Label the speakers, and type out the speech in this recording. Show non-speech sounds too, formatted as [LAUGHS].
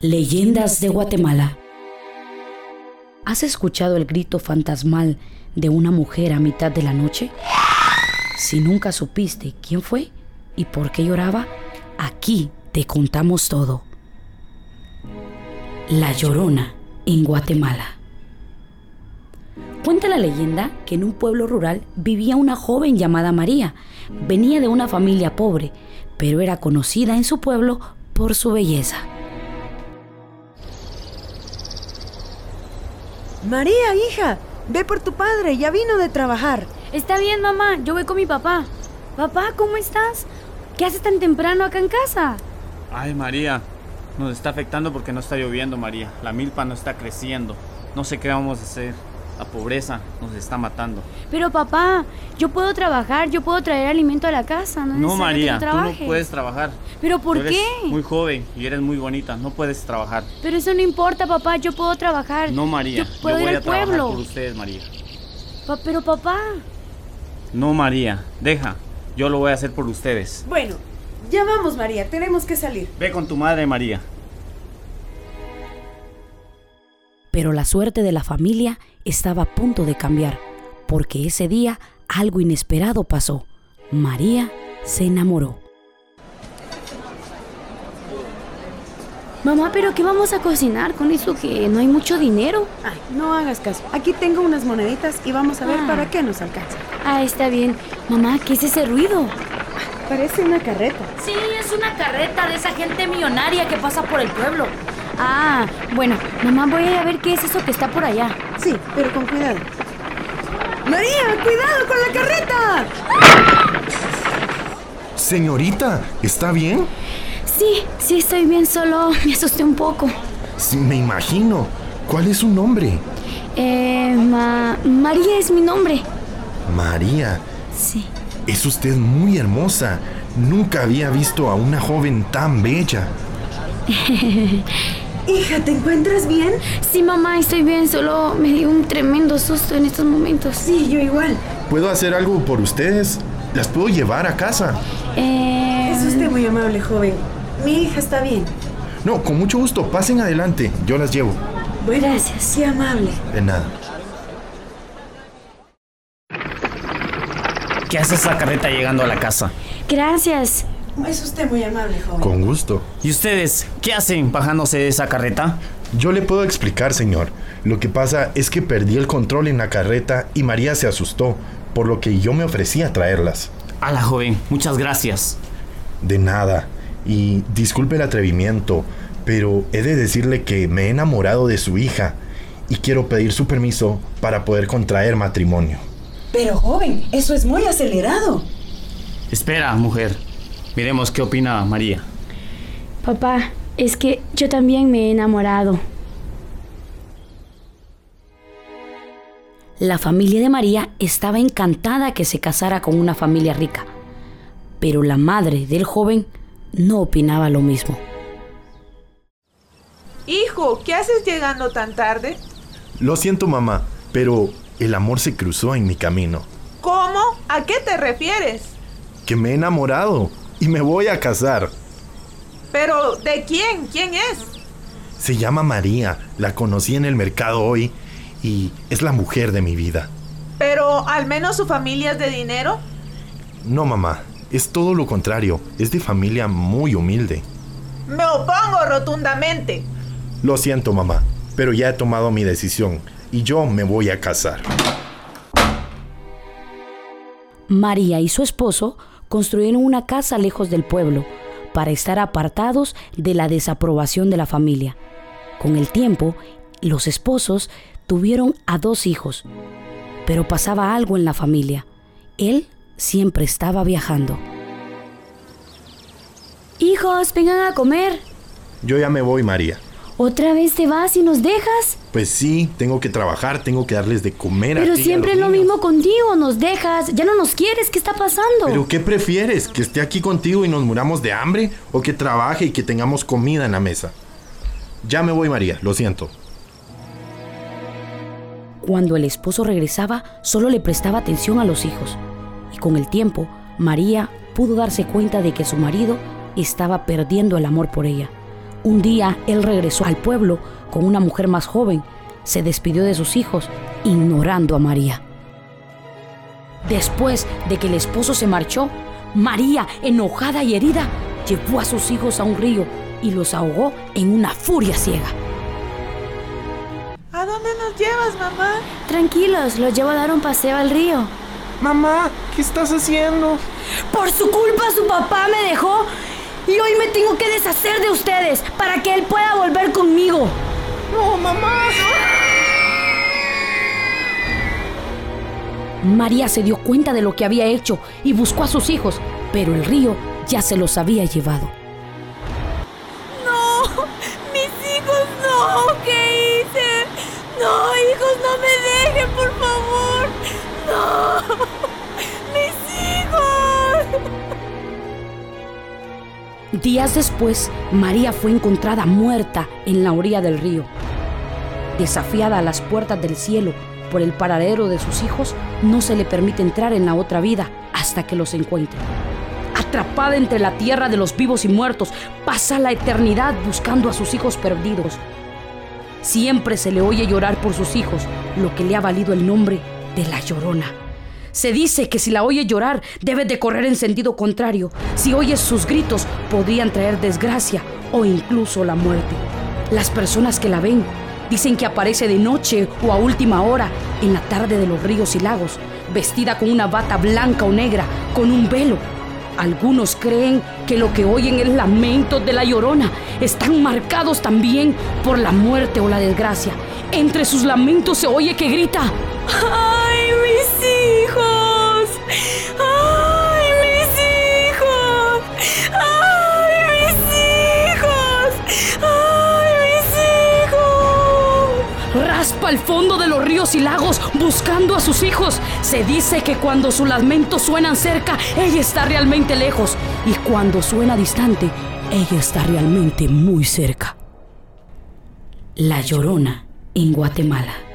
Speaker 1: Leyendas de Guatemala. ¿Has escuchado el grito fantasmal de una mujer a mitad de la noche? Si nunca supiste quién fue y por qué lloraba, aquí te contamos todo. La Llorona en Guatemala. Cuenta la leyenda que en un pueblo rural vivía una joven llamada María. Venía de una familia pobre, pero era conocida en su pueblo por su belleza.
Speaker 2: María, hija, ve por tu padre, ya vino de trabajar.
Speaker 3: Está bien, mamá, yo voy con mi papá. Papá, ¿cómo estás? ¿Qué haces tan temprano acá en casa?
Speaker 4: Ay, María, nos está afectando porque no está lloviendo, María. La milpa no está creciendo. No sé qué vamos a hacer. La pobreza nos está matando.
Speaker 3: Pero papá, yo puedo trabajar, yo puedo traer alimento a la casa, ¿no? es
Speaker 4: No,
Speaker 3: necesario que
Speaker 4: María,
Speaker 3: yo
Speaker 4: tú
Speaker 3: trabaje.
Speaker 4: no puedes trabajar.
Speaker 3: Pero ¿por
Speaker 4: Tú eres
Speaker 3: qué?
Speaker 4: Muy joven y eres muy bonita. No puedes trabajar.
Speaker 3: Pero eso no importa, papá, yo puedo trabajar.
Speaker 4: No, María.
Speaker 3: Yo puedo ir
Speaker 4: voy a
Speaker 3: al
Speaker 4: trabajar
Speaker 3: pueblo.
Speaker 4: por ustedes, María.
Speaker 3: Pa- pero papá,
Speaker 4: No, María, deja. Yo lo voy a hacer por ustedes.
Speaker 2: Bueno, ya vamos, María, tenemos que salir.
Speaker 4: Ve con tu madre, María.
Speaker 1: Pero la suerte de la familia estaba a punto de cambiar, porque ese día algo inesperado pasó. María se enamoró.
Speaker 3: mamá, pero ¿qué vamos a cocinar con eso que no hay mucho dinero?
Speaker 2: Ay, no hagas caso. Aquí tengo unas moneditas y vamos a ver
Speaker 3: Ah.
Speaker 2: para qué nos alcanza.
Speaker 3: Ah, está bien. Mamá, ¿qué es ese ruido?
Speaker 2: Parece una carreta.
Speaker 3: Sí, es una carreta de esa gente millonaria que pasa por el pueblo. Ah, bueno, mamá, voy a ir a ver qué es eso que está por allá.
Speaker 2: Sí, pero con cuidado. María, cuidado con la carreta.
Speaker 5: Señorita, ¿está bien?
Speaker 3: Sí, sí, estoy bien, solo [LAUGHS] me asusté un poco.
Speaker 5: Sí, me imagino. ¿Cuál es su nombre?
Speaker 3: Eh, ma- María es mi nombre.
Speaker 5: María.
Speaker 3: Sí.
Speaker 5: Es usted muy hermosa. Nunca había visto a una joven tan bella.
Speaker 2: Hija, ¿te encuentras bien?
Speaker 3: Sí, mamá, estoy bien, solo me dio un tremendo susto en estos momentos.
Speaker 2: Sí, yo igual.
Speaker 5: ¿Puedo hacer algo por ustedes? ¿Las puedo llevar a casa?
Speaker 3: Eh,
Speaker 2: Es usted muy amable, joven. Mi hija está bien.
Speaker 5: No, con mucho gusto. Pasen adelante. Yo las llevo.
Speaker 2: Bueno,
Speaker 3: Gracias.
Speaker 2: Qué amable.
Speaker 5: De nada.
Speaker 4: ¿Qué hace esa carreta llegando a la casa?
Speaker 3: gracias.
Speaker 2: Es usted muy amable, joven.
Speaker 5: Con gusto.
Speaker 4: ¿Y ustedes qué hacen bajándose de esa carreta?
Speaker 5: Yo le puedo explicar, señor. Lo que pasa es que perdí el control en la carreta y María se asustó, por lo que yo me ofrecí a traerlas.
Speaker 4: A la joven, muchas gracias.
Speaker 5: De nada. Y disculpe el atrevimiento, pero he de decirle que me he enamorado de su hija y quiero pedir su permiso para poder contraer matrimonio.
Speaker 2: Pero, joven, eso es muy acelerado.
Speaker 4: Espera, mujer. Miremos qué opina María.
Speaker 3: Papá, es que yo también me he enamorado.
Speaker 1: La familia de María estaba encantada que se casara con una familia rica, pero la madre del joven no opinaba lo mismo.
Speaker 6: Hijo, ¿qué haces llegando tan tarde?
Speaker 5: Lo siento, mamá, pero el amor se cruzó en mi camino.
Speaker 6: ¿Cómo? ¿A qué te refieres?
Speaker 5: Que me he enamorado y me voy a casar.
Speaker 6: ¿Pero de quién? ¿Quién es?
Speaker 5: Se llama María, la conocí en el mercado hoy y es la mujer de mi vida.
Speaker 6: ¿Pero al menos su familia es de dinero?
Speaker 5: No, mamá, es todo lo contrario, es de familia muy humilde.
Speaker 6: Me opongo rotundamente.
Speaker 5: Lo siento, mamá, pero ya he tomado mi decisión y yo me voy a casar.
Speaker 1: María y su esposo construyeron una casa lejos del pueblo para estar apartados de la desaprobación de la familia. Con el tiempo, los esposos tuvieron a dos hijos, pero pasaba algo en la familia. Él siempre estaba viajando.
Speaker 3: Hijos, vengan a comer.
Speaker 5: Yo ya me voy, María.
Speaker 3: ¿Otra vez te vas y nos dejas?
Speaker 5: Pues sí, tengo que trabajar, tengo que darles de comer a
Speaker 3: Pero
Speaker 5: ti y a
Speaker 3: siempre es
Speaker 5: los
Speaker 3: lo
Speaker 5: niños.
Speaker 3: mismo contigo, nos dejas, ya no nos quieres, ¿qué está pasando?
Speaker 5: ¿Pero qué prefieres? ¿Que esté aquí contigo y nos muramos de hambre? ¿O que trabaje y que tengamos comida en la mesa? Ya me voy, María, lo siento.
Speaker 1: Cuando el esposo regresaba, solo le prestaba atención a los hijos. Y con el tiempo, María pudo darse cuenta de que su marido estaba perdiendo el amor por ella, Un día él regresó al pueblo con una mujer más joven, se despidió de sus hijos, ignorando a María. Después de que el esposo se marchó, María, enojada y herida, llevó a sus hijos a un río y los ahogó en una furia ciega.
Speaker 6: ¿A dónde nos llevas, mamá?
Speaker 3: Tranquilos, los llevo a dar un paseo al río.
Speaker 7: Mamá, ¿qué estás haciendo?
Speaker 3: Por su culpa su papá me dejó y hoy me tengo que deshacer de ustedes para que él pueda volver conmigo.
Speaker 7: No, mamá.
Speaker 1: María se dio cuenta de lo que había hecho y buscó a sus hijos, pero el río ya se los había llevado.
Speaker 3: No, mis hijos no, ¿qué hice? No, hijos, no me dejen, por favor. No, mis hijos.
Speaker 1: Días después, María fue encontrada muerta en la orilla del río. Desafiada a las puertas del cielo por el paradero de sus hijos, no se le permite entrar en la otra vida hasta que los encuentre. Atrapada entre la tierra de los vivos y muertos, pasa la eternidad buscando a sus hijos perdidos. Siempre se le oye llorar por sus hijos, lo que le ha valido el nombre de la llorona. Se dice que si la oye llorar, debes de correr en sentido contrario. Si oyes sus gritos, podrían traer desgracia o incluso la muerte. Las personas que la ven dicen que aparece de noche o a última hora en la tarde de los ríos y lagos, vestida con una bata blanca o negra, con un velo. Algunos creen que lo que oyen es lamentos de la llorona. Están marcados también por la muerte o la desgracia. Entre sus lamentos se oye que grita.
Speaker 3: ¡Ay, mis hijos! ¡Ay, mis hijos! ¡Ay, mis hijos! ¡Ay, mis hijos!
Speaker 1: Raspa el fondo de los ríos y lagos buscando a sus hijos. Se dice que cuando sus lamentos suenan cerca, ella está realmente lejos. Y cuando suena distante, ella está realmente muy cerca. La Llorona en Guatemala.